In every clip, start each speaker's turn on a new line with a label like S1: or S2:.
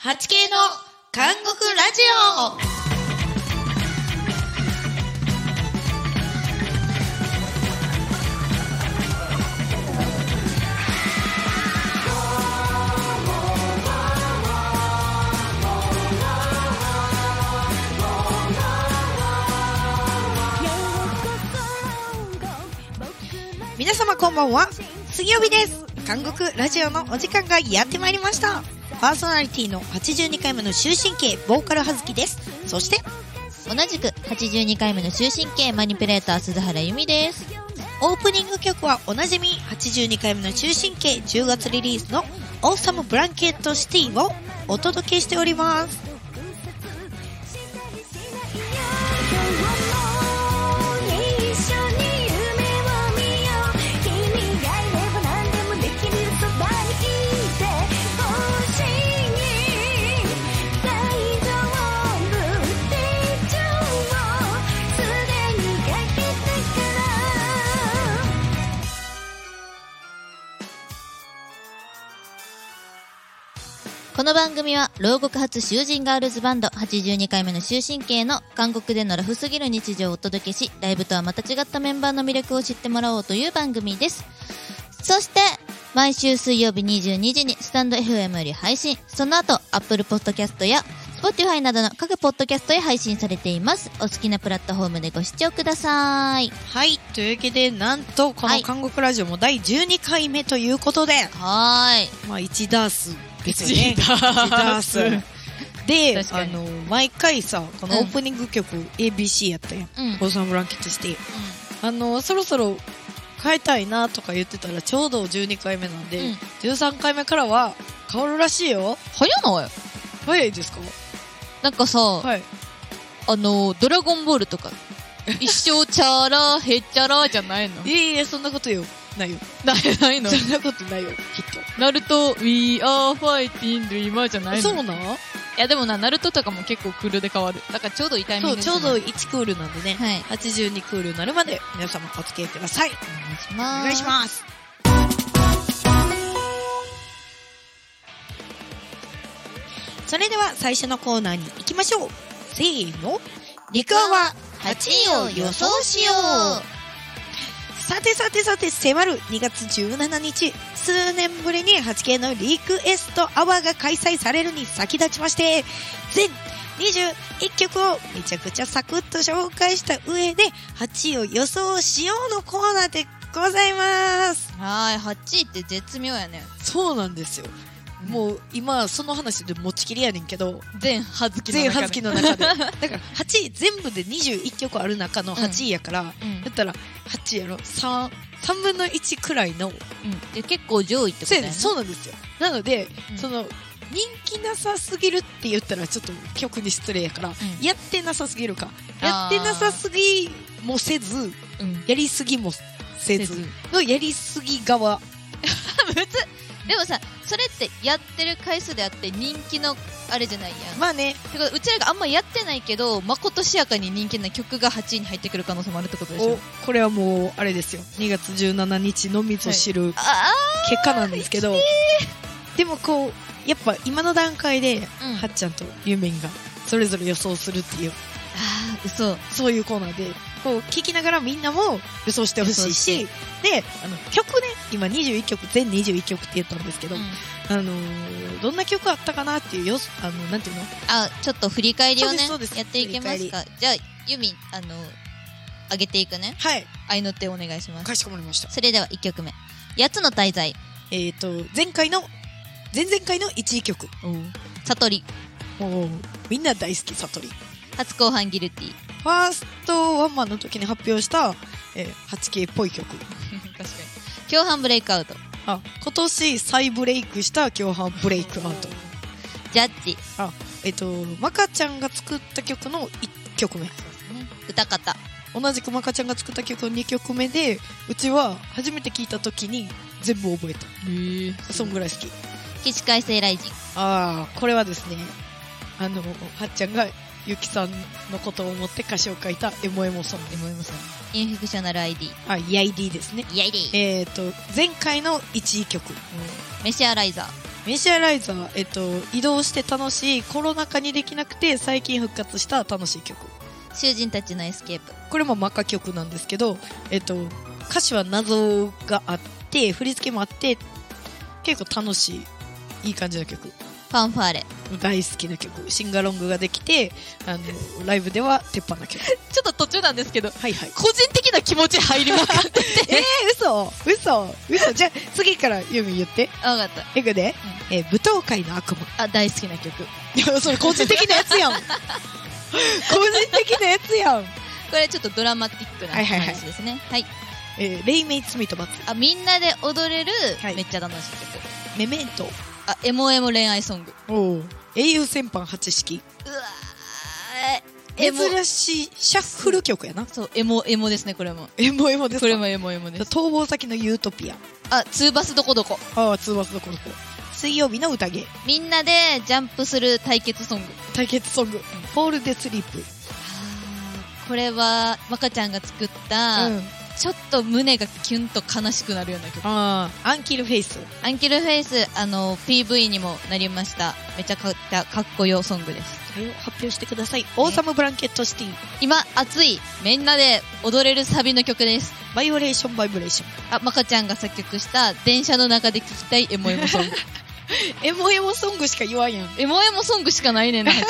S1: 8K の監獄ラジオ皆様こんばんは水曜日です韓国ラジオのお時間がやってまいりましたパーソナリティの82回目の終身刑ボーカルはずきですそして
S2: 同じく82回目の終身刑マニピュレーター鈴原由美です。
S1: オープニング曲はおなじみ82回目の終身刑10月リリースの「オーサムブランケットシティ」をお届けしております
S2: この番組は、牢獄発囚人ガールズバンド82回目の終身刑の韓国でのラフすぎる日常をお届けし、ライブとはまた違ったメンバーの魅力を知ってもらおうという番組です。そして、毎週水曜日22時にスタンド FM より配信、その後、Apple Podcast や Spotify などの各ポッドキャストへ配信されています。お好きなプラットフォームでご視聴ください。
S1: はいというわけでなんとこ
S2: は
S1: の
S2: い
S1: 韓国ラジオも第12回目ということで、
S2: はーい。
S1: まあ1ダースですよ ね
S2: 1ダース
S1: 1ダースで
S2: 確
S1: あ
S2: かに
S1: の毎回さこ
S2: う
S1: の
S2: ん
S1: オープニング曲 ABC やったやん
S2: うん。うん
S1: 「オーサムブランケットシティ」あのそろそろ変えたいなとか言ってたらちょうど12回目なんで、
S2: うん
S1: 13回目からは変わるらしいよ
S2: 早ない
S1: 早いですか
S2: なんかさ、
S1: はい
S2: あの、ドラゴンボールと か、一生チャラ、へっちゃらじゃないの
S1: いえいえそんなことよないよ
S2: ないないの
S1: そんなことないよきっ
S2: ナルト、We are fighting dreamer じゃな
S1: と
S2: いの
S1: そうなん
S2: いやでもな、ナルトとかも結構クールで変わる。だからちょうどいいタイミ
S1: そう
S2: ングで
S1: ち
S2: すね
S1: ょうど1クールなんでね、
S2: はい。
S1: 82クールになるまで皆様お付き合いください
S2: お願いし
S1: お
S2: ます。
S1: 願いしますそれでは最初のコーナーに行きましょうせーの陸は8位を予想しようさてさてさて迫る2月17日数年ぶりに 8K のリクエストアワーが開催されるに先立ちまして全21曲をめちゃくちゃサクッと紹介した上で8位を予想しようのコーナーでございます
S2: はーい、8位って絶妙やね。
S1: そうなんですよ
S2: も
S1: う今その話で持ちきりやねんけど
S2: 全はずきの中
S1: 全
S2: で。
S1: 8期の中で だから8位全部で21曲ある中の8位やから、
S2: うん
S1: だったら8やろ 3, 3分の1くらいの
S2: うん。で、結構上位ってこと
S1: そうや
S2: だ
S1: ね
S2: よね。
S1: そうなんですよなので、
S2: うん
S1: その人気なさすぎるって言ったらちょっと曲に失礼やから、
S2: ん
S1: やってなさすぎるかや
S2: あ
S1: って
S2: ー
S1: なさすぎもせず
S2: うん。
S1: やりすぎもせ
S2: せ
S1: ず
S2: ず
S1: のやりすぎ側
S2: むずっでもさそれってやってる回数であって人気のあれじゃないやん、
S1: まあね
S2: てかうちらがあんまやってないけどまことしやかに人気な曲が8位に入ってくる可能性もあるってことでし
S1: お
S2: ょ
S1: これはもうあれですよ2月17日のみぞ知る
S2: あ
S1: 結果なんですけど、でもこうやっぱ今の段階で、
S2: あ、うん、
S1: は
S2: あ
S1: っちゃんとゆめんがそれぞれ予想するっていう
S2: あー嘘
S1: そういうコーナーでこう聞きながらみんなも予想してほしいし
S2: 予
S1: であの曲ね今21曲全21曲って言ったんですけど、
S2: うん
S1: あのーどんな曲あったかなっていうよあのなんていうの
S2: あちょっと振り返りをね
S1: そうですそうです
S2: やっていけますかじゃあユミあの上げていくね
S1: はい
S2: 愛の手お願いします
S1: かしこまりました
S2: それでは1曲目8つの滞在
S1: えっ、と前回の前々回の1位曲
S2: 悟り
S1: もうみんな大好き悟り
S2: 初後半ギルティ
S1: ファーストワンマンの時に発表した、えー、8K っぽい曲
S2: 確かに共犯ブレイクアウト
S1: あ今年再ブレイクした共犯ブレイクアウト
S2: ジャッジ
S1: えっとマカちゃんが作った曲の1曲目
S2: 歌方
S1: 同じくマカちゃんが作った曲の2曲目でうちは初めて聴いた時に全部覚えたそんぐらい好き
S2: 起死回生ライジン
S1: ああこれはですねあのはっちゃんがゆきさんのことを思って歌詞を書いたエモエモソング
S2: 思いますインフィクショナル ID
S1: あイヤイディですね
S2: イエイデイ
S1: えっ、と前回の1位曲
S2: メシアライザー
S1: メシアライザー、えっと、移動して楽しい、コロナ禍にできなくて最近復活した楽しい曲。
S2: 囚人たちのエスケープ。
S1: これもマカ曲なんですけど、えっと、歌詞は謎があって、振り付けもあって、結構楽しい、いい感じの曲。
S2: ファンファーレ。
S1: 大好きな曲。シンガロングができて、あの、ライブでは鉄板な曲。
S2: ちょっと途中なんですけど、
S1: はいはい。
S2: 個人的な気持ち入りまか って
S1: えー、嘘嘘嘘じゃあ、次からユーミン言って。
S2: 分かった。
S1: いくで、えー舞踏会の悪魔。
S2: あ、大好きな曲。こ
S1: いや、 それ個人的なやつ やん。個人的なやつやん。
S2: れちょっとドラマティックな
S1: はいはいはい
S2: 感じですね。はい。
S1: えーレイメイツミとバツ、
S2: あ、みんなで踊れる
S1: はい、
S2: めっちゃ楽しい曲。
S1: メメント、
S2: あ、エモエモ恋愛ソング。
S1: おう英雄戦犯八式。
S2: うわー、エモ、
S1: 珍しいシャッフル曲やな。
S2: そう、エモエモですね、これも。
S1: エモエモですか
S2: これもエモエモです。
S1: 逃亡先のユートピア。
S2: あ、ツーバスどこどこ。
S1: ああ、通話すのこの子。水曜日の宴。
S2: みんなでジャンプする対決ソング。
S1: 対決ソング。ホールでスリープ。
S2: これは、若ちゃんが作った、
S1: うん。
S2: ちょっと胸がキュンと悲しくなるような曲。
S1: ああ、アンキルフェイス。
S2: アンキルフェイス、あの、PV にもなりました。めちゃかかっこよソングです。
S1: 発表してください。オーサムブランケットシティ。
S2: 今、熱い、みんなで踊れるサビの曲です。
S1: バイオレーションバイブレーション。
S2: あ、まかちゃんが作曲した、電車の中で聴きたいエモエモ ソング。
S1: エモエモソングしか言わんやん。
S2: エモエモソングしかないねんなって。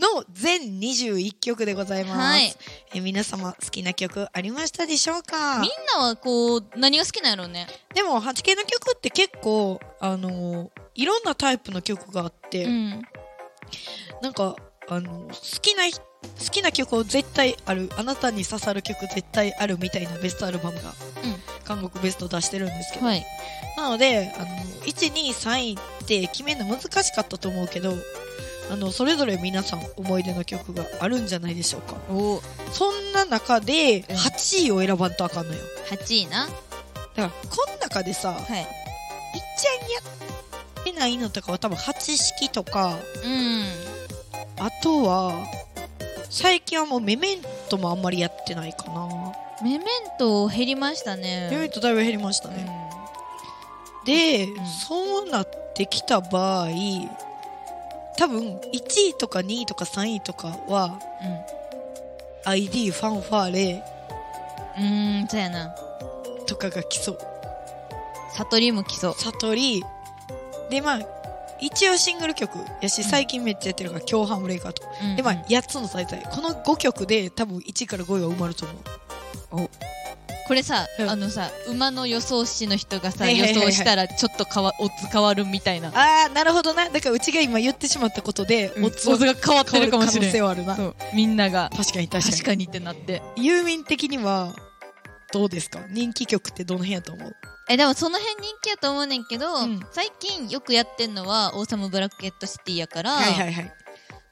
S1: の全21曲でございます。
S2: はい
S1: え皆様好きな曲ありましたでしょう
S2: み
S1: か
S2: んなはこう、何が好きなんやろうね。
S1: でも 8K の曲って結構あのーいろんなタイプの曲があって、
S2: うん。
S1: なんかあの好きな好きな曲を絶対あるあなたに刺さる曲絶対あるみたいなベストアルバムが、韓国ベスト出してるんですけど、
S2: はい。
S1: なのであの123位って決めるの難しかったと思うけどあのそれぞれ皆さん思い出の曲があるんじゃないでしょうか
S2: お
S1: そんな中で
S2: うん
S1: 8位を選ばんとあかんのよ。
S2: 8位な。
S1: だから、こん中でさ、いっ
S2: はい。
S1: ちゃんやってないのとかは多分8式とか、
S2: うん。
S1: あとは、最近はもうメメントもあんまりやってないかな。
S2: メメント減りましたね。
S1: メメントだいぶ減りました
S2: う
S1: ね。
S2: ん
S1: で、
S2: ん
S1: そうなってきた場合、多分1位とか2位とか3位とかは、ID ファンファーレ
S2: うん。うーん、そうやな。
S1: とかが来そう。
S2: 悟りも来そう。
S1: 悟りでまあ一応シングル曲やし
S2: うん
S1: 最近めっちゃやってるから「共犯ブレイカーと」でまあ
S2: うんうん
S1: 8つの大罪この5曲で多分1から5位は埋まると思う
S2: これさ、
S1: うん
S2: あのさ、馬の予想士の人がさ、
S1: はいはいは
S2: 予
S1: いはい
S2: 想したらちょっと変わ、オッズ変わるみたいな。
S1: あーなるほどなだからうちが今言ってしまったことで
S2: うん
S1: オッズは
S2: オッズが変わってるかもしれん
S1: 変わる可能性はあるな
S2: そう。みんなが、
S1: 確かに確かに
S2: 確かにってなって。
S1: ユーミン的にはどうですか人気曲ってどの辺やと思う
S2: え、でもその辺人気やと思うねんけど、
S1: うん
S2: 最近よくやってんのは、王様ブラッケットシティやから、
S1: はいはいはい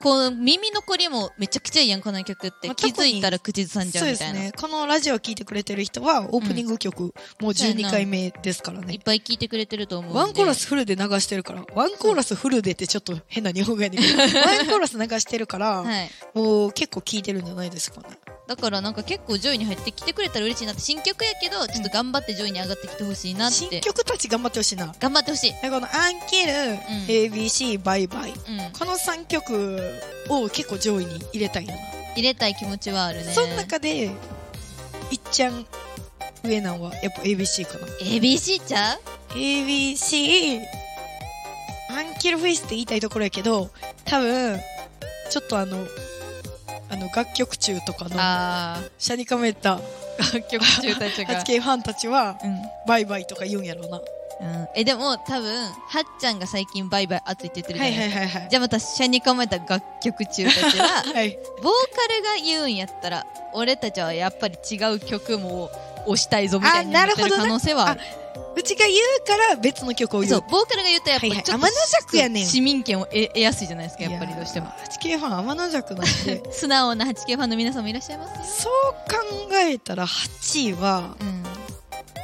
S2: こう、耳残りもめちゃくちゃいいやん、この曲って。
S1: まあ
S2: 気づいたら口ずさんじゃ
S1: そう
S2: う
S1: で
S2: みた
S1: す
S2: いな。
S1: ねこのラジオ聴いてくれてる人はオープニング曲、もう
S2: そうや
S1: 12
S2: な
S1: 回目ですから
S2: い
S1: ね
S2: っぱい聞いてくれてると思うんで。
S1: ワンコーラスフルで流してるから、ワンコーラスフルでってちょっと変な日本語やねんけど、ワンコーラス流してるから、
S2: はい。
S1: もう結構聴いてるんじゃないですかね。
S2: だからなんか結構上位に入ってきてくれたら嬉しいなって。新曲やけど、ちょっと頑張って上位に上がってきてほしいなっ
S1: 新
S2: て。
S1: 曲たち頑張ってほしいな。
S2: 頑張ってほしい。
S1: このアンケル、ABC、バイバイ。
S2: うん。
S1: この3曲を結構上位に入れたいな。
S2: 入れたい気持ちはあるね。
S1: その中で、いっちゃん上なんはやっぱ ABC かな。
S2: ABC ちゃう
S1: ABC、アンケルフェイスって言いたいところやけど、多分、ちょっとあの、あの楽曲中とかの、
S2: あ
S1: シャニカメった
S2: ー。楽曲中たち
S1: 8K ファンたちは、
S2: うん。
S1: バイバイとか言うんやろうな。は
S2: うん。え、でも多分、はっちゃんが最近バイバイ熱いって言って
S1: い
S2: るじ
S1: は
S2: ゃな
S1: いい
S2: です
S1: は
S2: か。
S1: いはい。
S2: じゃあまた、シャに構えた楽曲中た ちは、
S1: はい。
S2: ボーカルが言うんやったら、俺たちはやっぱり違う曲も押したいぞみたいにな
S1: あなる
S2: って
S1: ほど
S2: る
S1: な
S2: 可能性はある。
S1: うちが言うから別の曲を言
S2: そうう。、ボーカルが言ったらやっぱ
S1: はい
S2: ち
S1: は
S2: ょ
S1: い
S2: っ
S1: 天
S2: と、
S1: の尺やねん
S2: 市民権を得得やすいじゃないですか、やっぱりどうしても。。
S1: 8K ファン天の弱なんで
S2: 素直な 8K ファンの皆さんもいらっしゃいますよ。
S1: そう考えたら8位は、
S2: うん。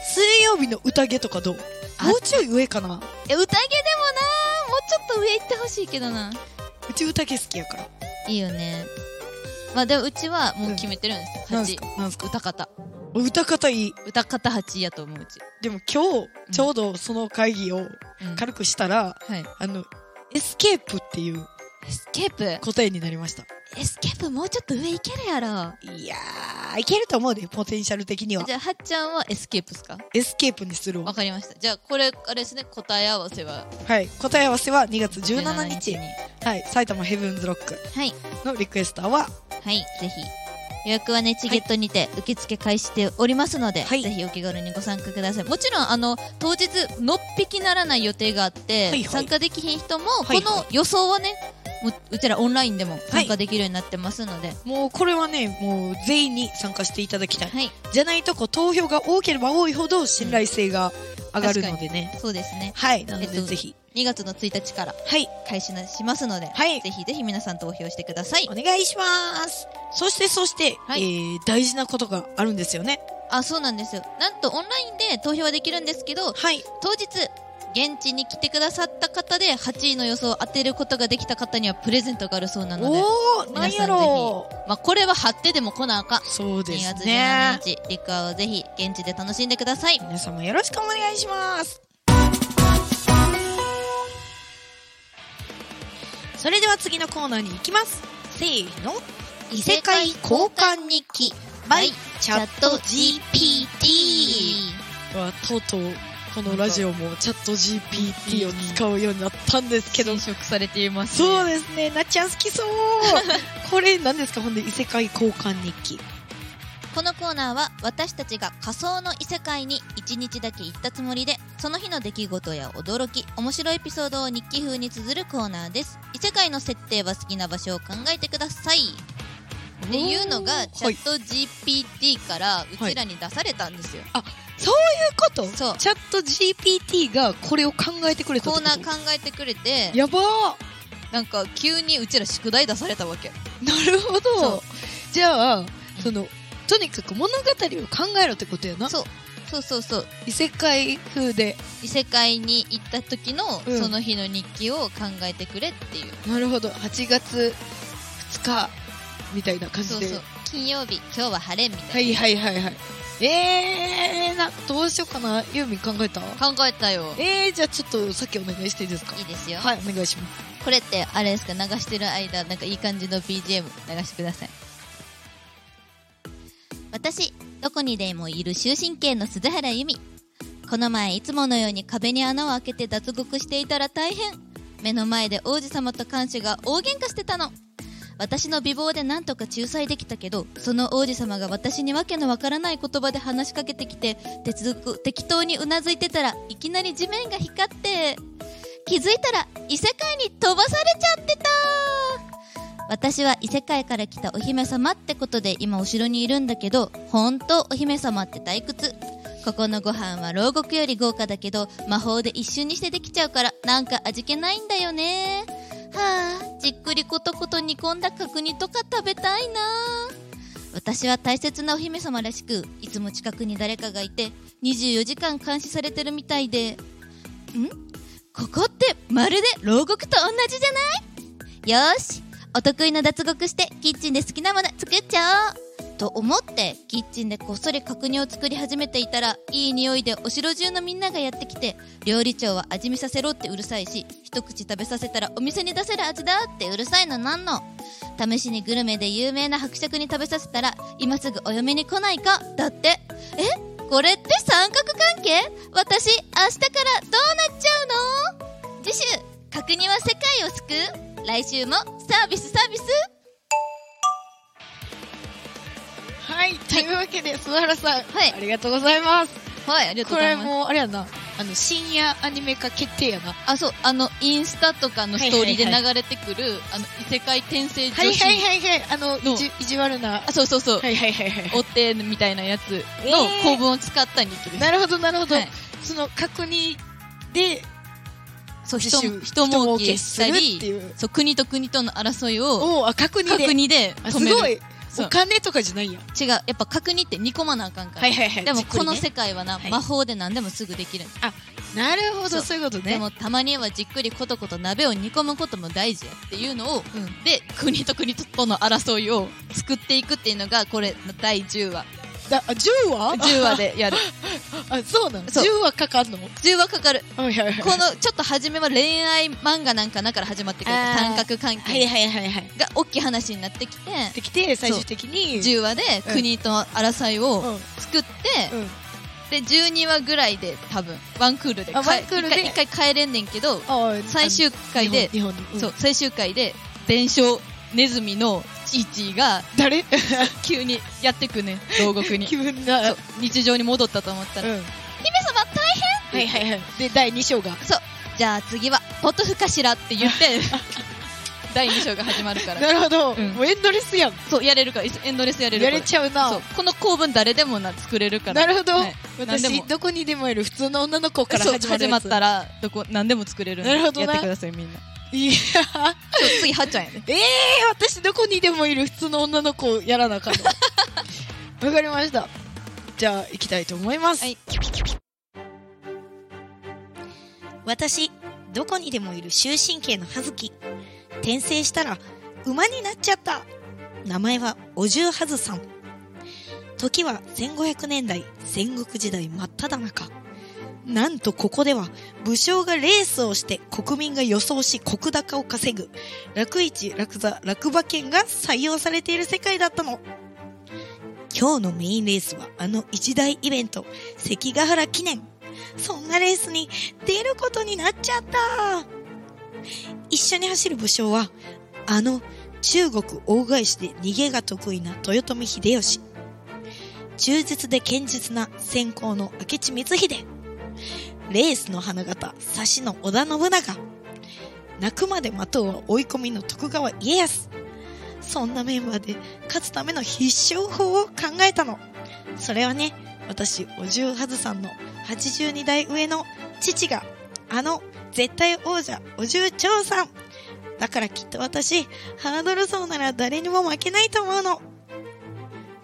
S1: 水曜日の宴とかどう
S2: あ
S1: もうちょい上かな
S2: え、宴でもなもうちょっと上行ってほしいけどな。
S1: うち宴好きやから。
S2: いいよね。まあでもうちはもう決めてるんですよ。
S1: なんす
S2: 八
S1: かなんすか
S2: 歌方。
S1: 歌方いい。
S2: 歌方8やと思ううち。
S1: でも今日、ちょうどその会議を
S2: うん
S1: 軽くしたら、
S2: はい。
S1: あの、エスケープっていう
S2: エスケープ
S1: 答えになりました。
S2: エスケープもうちょっと上いけるやろ。
S1: いやー、いけると思うで、ポテンシャル的には
S2: じ。ゃあ、はっちゃんはエスケープっすか
S1: エスケープにする
S2: わ
S1: わ。
S2: かりました。じゃあ、これ、あれですね、答え合わせは
S1: はい。答え合わせは2月17
S2: 17
S1: 日。
S2: に。
S1: はい。埼玉ヘブンズロック
S2: はい。
S1: のリクエスターは、
S2: はい、ぜひ。予約はね、チゲットにて受付開始しておりますので、
S1: はい
S2: ぜひお気軽にご参加ください。もちろん、あの、当日、のっぴきならない予定があっ
S1: は
S2: て、
S1: いはい
S2: 参加できひん人も、
S1: はいはい
S2: この予想はね、もううちらオンラインでも参加できるようになってますので、
S1: もうこれはね、もう全員に参加していただきたい。
S2: はい、
S1: じゃないと、こう、投票が多ければ多いほど信頼性が上がるのでね。
S2: そうですね。
S1: はい。なの
S2: えっ
S1: で、
S2: と
S1: ぜひ。
S2: 2月の1日から
S1: はい。
S2: 開始なしますので、
S1: はい
S2: ぜひぜひ皆さん投票してください
S1: お。願いします。そして、そして、
S2: はい
S1: えー大事なことがあるんですよね。
S2: あ、そうなんですよ。なんとオンラインで投票はできるんですけど、
S1: はい。
S2: 当日現地に来てくださった方で8位の予想を当てることができた方にはプレゼントがあるそうなので、
S1: おー、な
S2: 皆
S1: んや
S2: さんぜひ
S1: ろ
S2: まあ、これは貼ってでも来なあかん
S1: う。そう
S2: 2
S1: です
S2: 月
S1: ね
S2: 17。日リクアをぜひ現地で楽しんでください
S1: 皆様よろしくお願いします。それでは次のコーナーに行きます。せーの。異世界交換日記 by チャット GPT。は とうとう、このラジオもチャット GPT を使うようになったんですけど、
S2: 食されていま
S1: そうですね、なっちゃん好きそう。これ何ですかほんで異世界交換日記。
S2: このコーナーは私たちが仮想の異世界に1日だけ行ったつもりでその日の出来事や驚き面白いエピソードを日記風に綴るコーナーです異世界の設定は好きな場所を考えてくださいっていうの
S1: は
S2: が
S1: い。
S2: チ
S1: そう
S2: ャ
S1: いう
S2: ット GPT からうちらに出されたんですよ、
S1: こと
S2: そう
S1: チャット GPT がこれを考えてくれたっ
S2: コ
S1: て
S2: ー
S1: こと
S2: ナー考えてくれて
S1: やばー
S2: なんか急にうちら宿題出されたわけ
S1: なるほ
S2: そ
S1: ど
S2: う
S1: じゃあ、そのとにかく物語を考えろってことやな
S2: そうそうそうそう
S1: 異世界風で
S2: 異世界に行った時の
S1: うん
S2: その日の日記を考えてくれっていう、
S1: なるほど8月2日みたいな感
S2: そ
S1: じ
S2: う
S1: で
S2: そう金曜日今日は晴れみたいな、
S1: はいはいはいはいえー、などうしようかなユーミン考えた
S2: 考えたよ
S1: えー、じゃあちょっとさっきお願いしていいですか
S2: いいですよ、
S1: はいお願いします
S2: これってあれですか流してる間なんかいい感じの BGM 流してください私どこにでもいる終身刑の鈴原由美この前いつものように壁に穴を開けて脱獄していたら大変目の前で王子様と看守が大喧嘩してたの私の美貌でなんとか仲裁できたけどその王子様が私にわけのわからない言葉で話しかけてきて鉄属適当にうなずいてたらいきなり地面が光って気づいたら異世界に飛ばされちゃってた私は異世界から来たお姫様ってことで今お城にいるんだけど本当お姫様って退屈ここのご飯は牢獄より豪華だけど魔法で一瞬にしてできちゃうからなんか味気ないんだよねはあじっくりことこと煮込んだ角煮とか食べたいな私は大切なお姫様らしくいつも近くに誰かがいて24時間監視されてるみたいでんここってまるで牢獄と同じじゃないよーしお得意の脱獄してキッチンで好きなもの作っちゃおうと思ってキッチンでこっそり角煮を作り始めていたらいい匂いでお城中のみんながやってきて料理長は味見させろってうるさいし一口食べさせたらお店に出せる味だってうるさいのなんの試しにグルメで有名な伯爵に食べさせたら今すぐお嫁に来ないかだってえこれって三角関係私明日からどうなっちゃうの次週角煮は世界を救う来週もサービスサービス
S1: はいというわけで須原さん、
S2: はい
S1: ありがとうございます
S2: はいあり
S1: これもうあれやなあの深夜アニメ化決定やな
S2: あそうあのインスタとかのストーリーで
S1: はいはい
S2: 流れてくる、あの異世界転生女子、
S1: はいはいはいはい、あの、
S2: の
S1: いじ意地悪な。
S2: あそうそうそう、
S1: はいはいはいは
S2: 追ってみたいなやつの
S1: えー
S2: 構文を使った日記で
S1: い。
S2: す、
S1: なるほどなるほど。
S2: はい
S1: その、確認で、
S2: そう
S1: 自主
S2: 人人儲けした
S1: 人儲けするって
S2: り
S1: いう
S2: そう国と国との争いを
S1: おうあ、確認
S2: 角
S1: で。
S2: 煮で
S1: あ
S2: 止
S1: す
S2: める
S1: ごい。
S2: そう
S1: お金とかじゃないや。
S2: 違うやっぱ角煮って煮込まなあかんから、
S1: はいはいはい。
S2: でもこの
S1: じっく
S2: 世界はな、
S1: はい
S2: 魔法で何でもすぐできる、
S1: りねなるほ
S2: そう
S1: ど、そういうことね。
S2: でもたまにはじっくりことこと鍋を煮込むことも大事やっていうのを、で国と国との争いを作っていくっていうのがこれ第10話
S1: だあ、10話
S2: 10話でやる
S1: あ、そうなの
S2: そう
S1: ?10 話かかんの
S2: 10話かかる。
S1: はいはいはい
S2: この、ちょっと初めは恋愛漫画なんかなから始まってくる。
S1: あー
S2: 三角関
S1: はい
S2: 係
S1: はいはいはい。
S2: が大きい話になってきて、
S1: できて、最終的に、
S2: 10話で国と争い
S1: うん。う
S2: を
S1: ん。
S2: 作って、で、12話ぐらいで多分、ワンクールで帰。
S1: あワンクールで
S2: 一回一回帰れんねんけど、
S1: あー
S2: 最終回で、
S1: 日本日本に。。、
S2: そううん最終回で、伝承、ネズミのチーチーが
S1: 誰
S2: 急にやってくね、牢 獄に。
S1: 気分
S2: そ
S1: が。
S2: う日常に戻ったと思ったら、
S1: うん。
S2: 姫様大変
S1: はいはいはい。で、第2章が。
S2: そう。じゃあ次は、ポトフかしらって言って、 第2章が始まるから。
S1: なるほど。
S2: うん
S1: もうエンドレスやん。
S2: そう、やれるから、いつエンドレスやれるか
S1: や
S2: ら。
S1: れちゃう
S2: そ
S1: な
S2: う。。この構文誰でもな、作れるから。
S1: なるほど
S2: はい。何で
S1: 私
S2: も、
S1: どこにでもいる普通の女の子から
S2: そう
S1: 始まる
S2: 始
S1: や
S2: まっ
S1: つ。
S2: たら、どこ、何でも作れるんで。
S1: なるほどな
S2: やってください、みんな。
S1: いや、
S2: そう、次、はっちゃんやね。
S1: ええ私どこにでもいる普通の女の子をやらなあかん の。わかりました。じゃあ、行きたいと思います。
S2: はい
S1: 私、どこにでもいる終身刑の葉月。転生したら、馬になっちゃった。名前は、お重はずさん。時は1500年代、戦国時代真っ只中。なんとここでは、武将がレースをして国民が予想し国高を稼ぐ、楽市、楽座、楽馬券が採用されている世界だったの。今日のメインレースはあの一大イベント、関ヶ原記念。そんなレースに出ることになっちゃった。一緒に走る武将は、あの中国大返しで逃げが得意な豊臣秀吉。忠実で堅実な先行の明智光秀。レースの花形、差しの織田信長。泣くまで待とうは追い込みの徳川家康。そんなメンバーで勝つための必勝法を考えたの。それはね、私、お重はずさんの82代上の父が、あの絶対王者、お重長さん。だからきっと私、ハードル走なら誰にも負けないと思うの。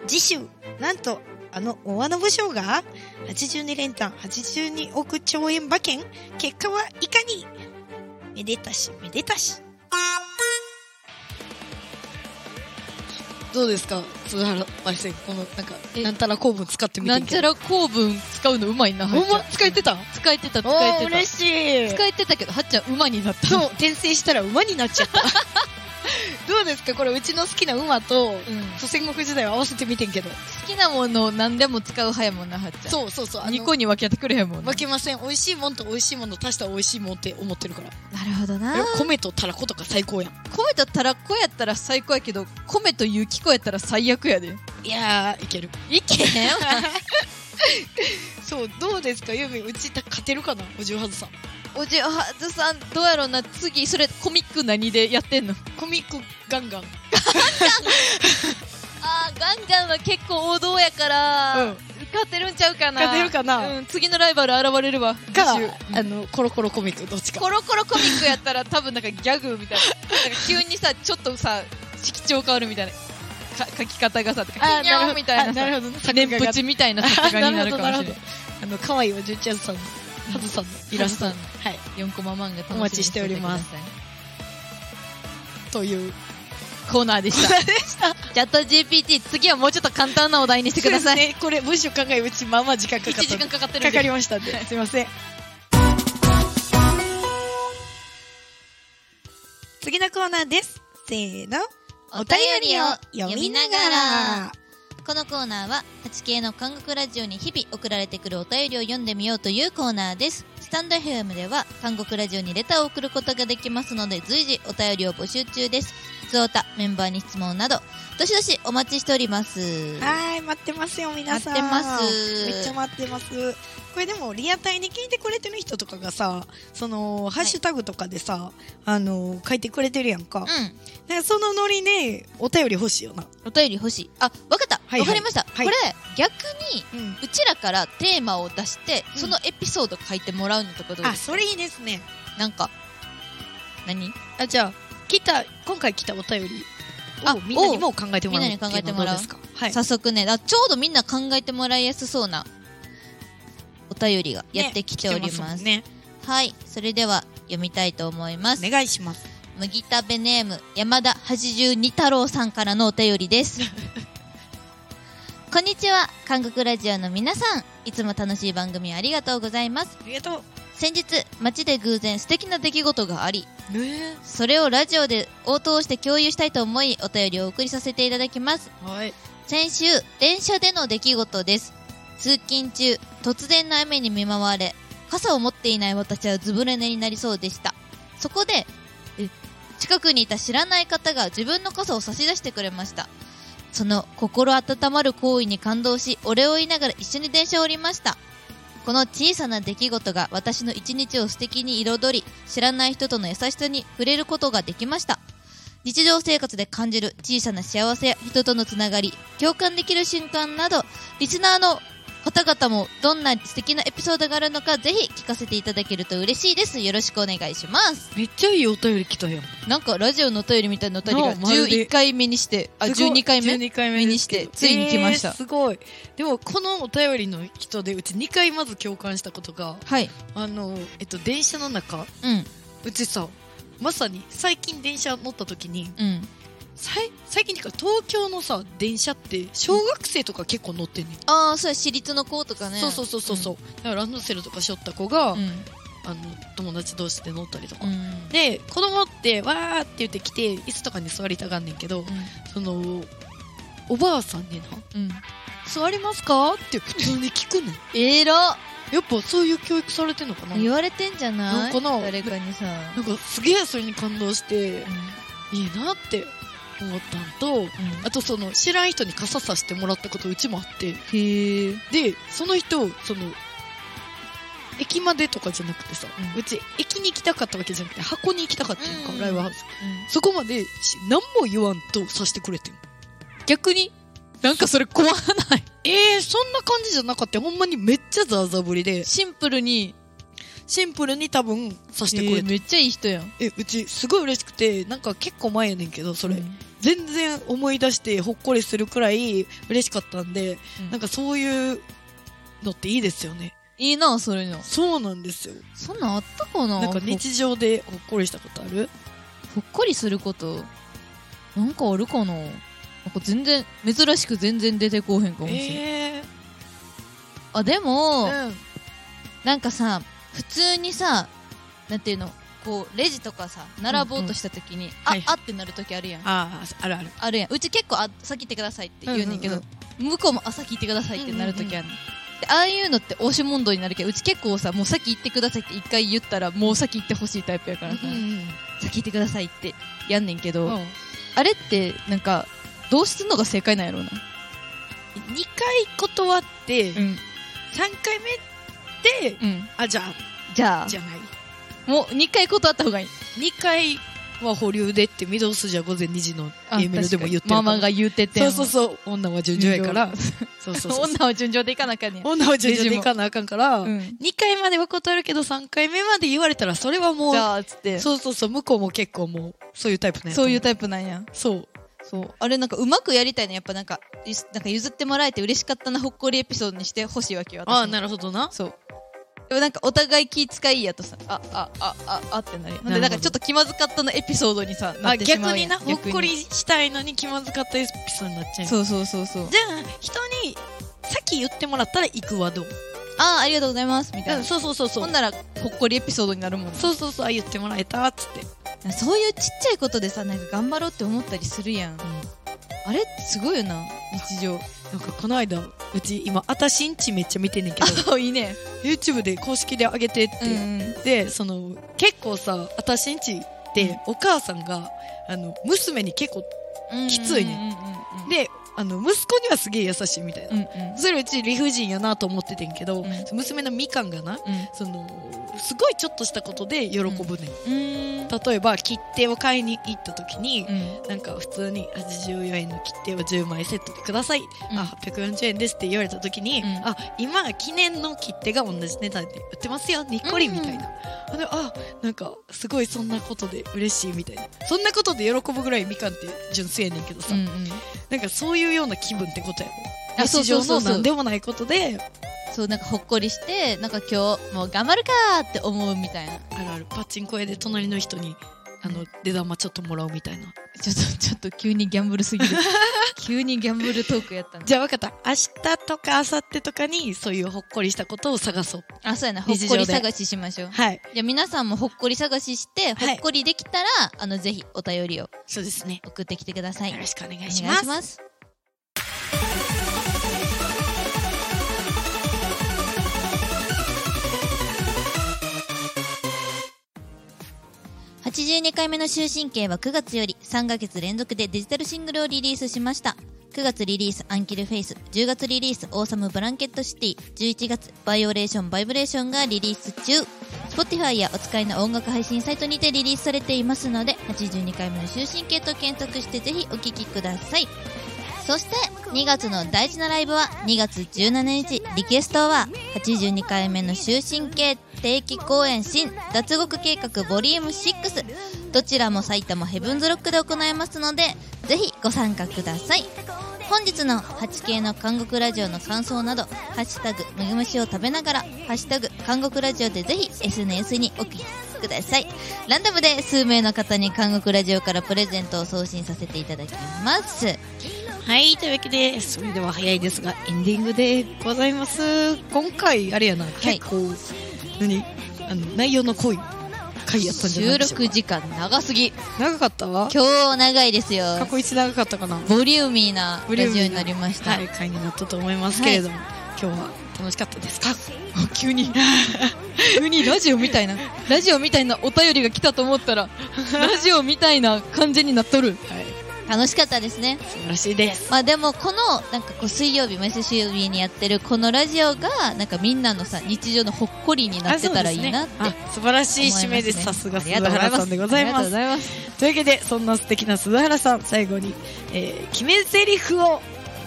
S1: 次週、なんと、あの大和の武将が、82連単82億兆円馬券結果はいかにめでたし、めでたし。どうですか津原パイセン、この、なんか、
S2: え
S1: なんたら公文使ってみて
S2: なんちゃら構文使うのうまいな、は
S1: ほ
S2: っ
S1: ん
S2: ちゃ
S1: ま
S2: ん。
S1: 使えてた
S2: 使えてた、使え
S1: お
S2: て
S1: ー
S2: た。
S1: 嬉しい
S2: 使えてたけど、はっちゃん馬になった。
S1: そう、転生したら馬になっちゃった。 どうですかこれ、うちの好きな馬と、
S2: うん
S1: そう戦国時代を合わせてみてんけど。
S2: 好きなものを何でも使う派やもんな、はっちゃん。
S1: そうそうそう。あの
S2: 2個に分けてくれへんもんな
S1: 負けません。美味しいもんと美味しいもの足したら美味しいもんって思ってるから。
S2: なるほどな
S1: あれ米とたらことか最高やん。
S2: 米とたらこやったら最高やけど米と雪子やったら最悪やで
S1: いやー、いける。
S2: いけへん
S1: そう、どうですかユーミン、うちた勝てるかなおじゅうはずさん。
S2: おじはずさんどうやろうな次それコミック何でやってんの
S1: コミックガンガン。
S2: あーガンガンは結構王道やから、
S1: うん
S2: 勝てるんちゃうかな
S1: 勝てるかな
S2: うん、次のライバル現れるわ
S1: か
S2: 次週、
S1: あの、コロコロコミック、どっちか。
S2: コロコロコミックやったら多分なんかギャグみたいななんか急にさちょっとさ色調変わるみたいなか書き方がさとか
S1: あー
S2: ひにゃーみたいな
S1: なる ほ
S2: さ
S1: どね。作
S2: 年
S1: 画が
S2: プチみたいな作画になるかも し
S1: あなるほどなる
S2: れない
S1: ほあの、可愛いおじゅうちゃんさんの、はずさんのイラスト。
S2: は
S1: は
S2: ずさ
S1: い。
S2: 4コマ漫画楽しみに
S1: お待ちしております
S2: ててくださ
S1: という。
S2: いコーナーでした
S1: でした。
S2: チャット GPT 次はもうちょっと簡単なお題にしてください
S1: そうですね、 これ文章考えうちまあまあ時間かかった
S2: 1時間かかってるんで
S1: かかりました んですいません次のコーナーですせーの
S2: お便りを読みながらこのコーナーは 8K の韓国ラジオに日々送られてくるお便りを読んでみようというコーナーですスタンド FM では韓国ラジオにレターを送ることができますので随時お便りを募集中です普通おたメンバーに質問などどしどしお待ちしております
S1: はーい待ってますよ皆さん
S2: 待ってます
S1: めっちゃ待ってますこれでもリアタイに聞いてくれてる人とかがさそのハッシュタグとかでさ、あの書いてくれてるやんか,、
S2: うん
S1: そのノリでお便り欲しいよな
S2: お便り欲しいあわかったわ、
S1: はいはい
S2: かりました、
S1: はい
S2: これ逆に
S1: うん
S2: うちらからテーマを出して、
S1: うん
S2: そのエピソード書いてもらうのとかどうで
S1: あ
S2: す
S1: それいいですね
S2: なんか、何
S1: あじゃあ来た今回来たお便り
S2: あ
S1: をみんなにも考えてもらう
S2: みんなに考えてもらう
S1: っていのはどですかはい
S2: 早速ね、あちょうどみんな考えてもらいやすそうなお便りがやってきており
S1: 来て
S2: ます。
S1: もんね
S2: はい、それでは読みたいと思います
S1: お。願いします
S2: 麦食べネーム山田八十二太郎さ んからのお便りですこんにちは韓国ラジオの皆さんいつも楽しい番組ありがとうございます
S1: ありがと
S2: 先日街で偶然素敵な出来事があり
S1: う。ね
S2: それをラジオで応答して共有したいと思いお便りをお送りさせていただきます
S1: はい。
S2: 先週電車での出来事です通勤中突然の雨に見舞われ傘を持っていない私はずぶ濡れになりそうでしたそこでえ近くにいた知らない方が自分の傘を差し出してくれましたその心温まる行為に感動しお礼を言いながら一緒に電車を降りましたこの小さな出来事が私の一日を素敵に彩り知らない人との優しさに触れることができました日常生活で感じる小さな幸せや人とのつながり共感できる瞬間などリスナーの方々もどんな素敵なエピソードがあるのかぜひ聞かせていただけると嬉しいですよろしくお願いします
S1: めっちゃいいお便り来たやん。
S2: なんかラジオのお便りみたいなお便りが
S1: なあまるで
S2: 11回目にしてあ
S1: すごい
S2: 12回目
S1: 12回目ですけど
S2: にしてついに来まし
S1: え
S2: た
S1: ーすごい。でも、このお便りの人で、うち2回まず共感したことが、
S2: はい
S1: あの、えっと、電車の中、
S2: うん
S1: うちさ、まさに最近電車乗った時に、
S2: うん
S1: さい最近っていうか東京のさ、電車って、小学生とか結構乗ってんねん。
S2: ああそうや私立の子とかね
S1: そうそうそうそうそう、だからランドセルとかしょった子が、
S2: うん
S1: あの友達同士で乗ったりとか、
S2: うん
S1: で子供ってわーって言って来て椅子とかに座りたがんねんけど、そのおばあさんにな
S2: うんうん
S1: 「座りますか?」って普通に聞くねん
S2: えら
S1: やっぱそういう教育されてんのかな
S2: 言われてんじゃない
S1: なんかな
S2: 誰かにさ
S1: なんかすげえそれに感動して
S2: うん
S1: いいなって思ったんと
S2: うん
S1: あとその知らん人に傘さしてもらったことうちもあって
S2: へえ
S1: でその人その駅までとかじゃなくてさ、
S2: う
S1: うんち駅に行きたかったわけじゃなくて箱に行きたかったやんか、
S2: うん
S1: ライブハウスそこまでし何も言わんとさしてくれてん
S2: 逆になんかそれ怖ない
S1: えー、そんな感じじゃなかったよほんまにめっちゃザーザーぶりで
S2: シンプルに
S1: シンプルに多分さしてくれ
S2: えー
S1: て、
S2: めっちゃいい人やん
S1: えうちすごい嬉しくてなんか結構前やねんけどそれ、全然思い出してほっこりするくらい嬉しかったんで、
S2: うん
S1: なんかそういうのっていいですよね
S2: いいなそれの
S1: そうなんですよ
S2: そんなんあったかな
S1: なんか日常でほっこりしたことある
S2: ほっこりすることなんかあるかななんか全然珍しく全然出てこうへんかもしれん、
S1: え
S2: あでも、
S1: ー、うん
S2: なんかさ普通にさなんていうのこうレジとかさ並ぼうとした時に、あ、
S1: はい
S2: あってなる時あるやんあ
S1: あーあるある
S2: るやんうち結構あ先行ってくださいって言うねんけど、
S1: うん
S2: 向こうもあ先行ってくださいってなる時あるねん、でああいうのって押し問答になるけどうち結構さもう先行ってくださいって一回言ったらもう先行ってほしいタイプやからさ、先行ってくださいってやんねんけど、
S1: うんうん
S2: あれってなんかどうすんのが正解なんやろうな、
S1: 2回断って、3
S2: ん
S1: 回目で、
S2: うん、
S1: あ、じゃ
S2: じゃ
S1: あ、
S2: あ
S1: じゃない。
S2: もう2回断った方がいい
S1: 2回は保留でって、ミドルスじゃ午前2時の
S2: あ
S1: A メールでも言ってるから
S2: ママが言うてて
S1: そうそうそう、女は順調やから。そうそう そう。
S2: 女は順調でいかなあかんねん
S1: 女は順調でいかなあかんから、
S2: う
S1: 2
S2: ん、
S1: 回までは断るけど、3回目まで言われたら、それはも
S2: じ
S1: う、
S2: ゃあつってそ
S1: そうそうそう、向こうも結構もう、そういうタイプね。
S2: ういうタイプなんや
S1: プ。そう。
S2: そうあれなんかうまくやりたいねやっぱなんかゆすなんか譲ってもらえて嬉しかったなほっこりエピソードにしてほしいわけよ私も
S1: ああ、なるほどな。
S2: そうでもなんかお互い気遣いやとさあああああってなるほんでなんかちょっと気まずかったのエピソードにさな
S1: あ、
S2: ってしま
S1: 逆
S2: う
S1: に
S2: やん
S1: な、ほっこりしたいのに気まずかったエピソードになっちゃう。
S2: そうそうそうそう
S1: じゃあ、人に、先言ってもらったら行くわどう
S2: ああありがとうございますみたいな、
S1: うん、そうそうそうそ
S2: ほ。
S1: うん
S2: ならほっこりエピソードになるもんね
S1: そうそうそう、あ、言ってもらえたっつって。
S2: そういうちっちゃいことでさなんか頑張ろうって思ったりするやんあれってすごいよな日 常
S1: なんかこの間、うち今、あたしんちめっちゃ見てんね んけど、
S2: あいいね
S1: YouTube で公式で上げてって、
S2: うん
S1: で、その、結構さ、あたしんちって、お母さんが、あの、娘に結構、
S2: うん
S1: きついねで、あの、息子にはすげえ優しいみたい
S2: うん
S1: な。
S2: うんうん
S1: それうち理不尽やなと思っててんけど、
S2: うん
S1: 娘のみかんがな、
S2: うん
S1: その、すごいちょっとしたことで喜ぶねん。
S2: うん
S1: 例えば、切手を買いに行った時に、
S2: うん
S1: なんか普通に84円の切手を10枚セットでください、
S2: うん
S1: あ840円ですって言われた時に、
S2: うん
S1: あ今記念の切手が同じ値段で売ってますよにっこりみたいな、あであなんかすごいそんなことで嬉しいみたいなそんなことで喜ぶぐらいみかんって純粋やねんけどさ、
S2: うん
S1: なんかそういうような気分ってことやろ
S2: あそう
S1: 日
S2: そう
S1: 常
S2: そう
S1: の
S2: そう
S1: 何でもないことで
S2: そうなんかほっこりしてなんか今日もう頑張るかーって思うみたいな
S1: あるあるパチンコ屋で隣の人にあの出玉ちょっともらうみたいな
S2: ちょっと、 ちょっと急にギャンブルす ぎる。急にギャンブルトークやったの。
S1: じゃあ分かった明日とか明後日とかにそういうほっこりしたことを探そう
S2: あ、そうやな。ほっ
S1: 日常
S2: こ
S1: で
S2: り探ししましょう。
S1: はい
S2: じゃあ皆さんもほっこり探しして、
S1: はい
S2: ほっこりできたら、あの、ぜひお便りを
S1: そうですね
S2: 送ってきてください。
S1: よろしくお願
S2: お
S1: いします
S2: す。82回目の終身刑は9月より3ヶ月連続でデジタルシングルをリリースしました。9月リリースアンキルフェイス、10月リリースオーサムブランケットシティ、11月バイオレーションバイブレーションがリリース中。Spotify やお使いの音楽配信サイトにてリリースされていますので、82回目の終身刑と検索してぜひお聴きください。そして2月の大事なライブは2月17日リクエストは82回目の終身刑定期公演新脱獄計画ボリューム6どちらも埼玉ヘブンズロックで行いますのでぜひご参加ください本日の 8K の韓国ラジオの感想など「ハッシュタグ麦飯を食べながら」「ハッシュタグ韓国ラジオ」でぜひ SNS にお聞きくださいランダムで数名の方に韓国ラジオからプレゼントを送信させていただきます
S1: はいというわけでそれでは早いですがエンディングでございます今回あれやな、
S2: い
S1: 結構何あの内容の濃い回やったんじゃな
S2: 収
S1: いでしょう
S2: 録
S1: か
S2: 時間長すぎ
S1: 長かったわ
S2: 今日長いですよ
S1: 過去一長かったかな
S2: ボリューミーな
S1: ボリュ
S2: ラ
S1: ーミー
S2: ジオになりました、
S1: はい、会になったと思いますけれども、今日は楽しかったですか急に
S2: 急にラジオみたいなラジオみたいなお便りが来たと思った らラジオみたいな感じになっとる
S1: はい、
S2: 楽しかったですね
S1: 素晴らしいです
S2: まあでもこのなんかこう水曜日毎週水曜日にやってるこのラジオがなんかみんなのさ日常のほっこりになってたらいいなって
S1: あそうですねあ素晴らしい締めです
S2: 思い
S1: さ
S2: ますね
S1: が鈴原さんでございますと
S2: ありがとうございま
S1: い
S2: す
S1: うわけでそんな素敵な鈴原さん最後に、えー、決め台詞を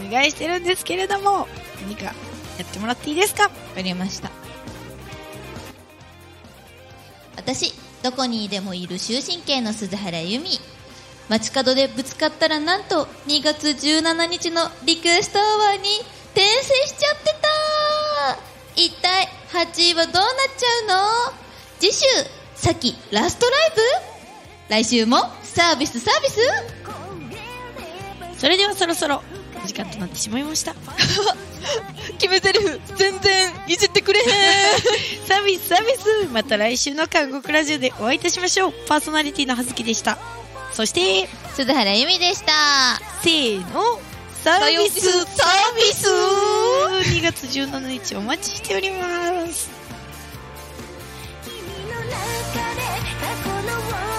S1: お願いしてるんですけれども何かやってもらっていいですか
S2: わかりました私どこにでもいる終身刑の鈴原由美街角でぶつかったらなんと2月17日のリクエストアワーに転生しちゃってた一体8位はどうなっちゃうの次週さっきラストライブ来週もサービスサービス
S1: それではそろそろお時間となってしまいました
S2: 決め台詞全然いじってくれへん
S1: サービスサービスまた来週の韓国ラジオでお会いいたしましょうパーソナリティの葉月でしたそして
S2: 鈴原由美でした
S1: せーのサービスサービス
S2: サ
S1: 2月17日お待ちしております
S3: 君の中で過去の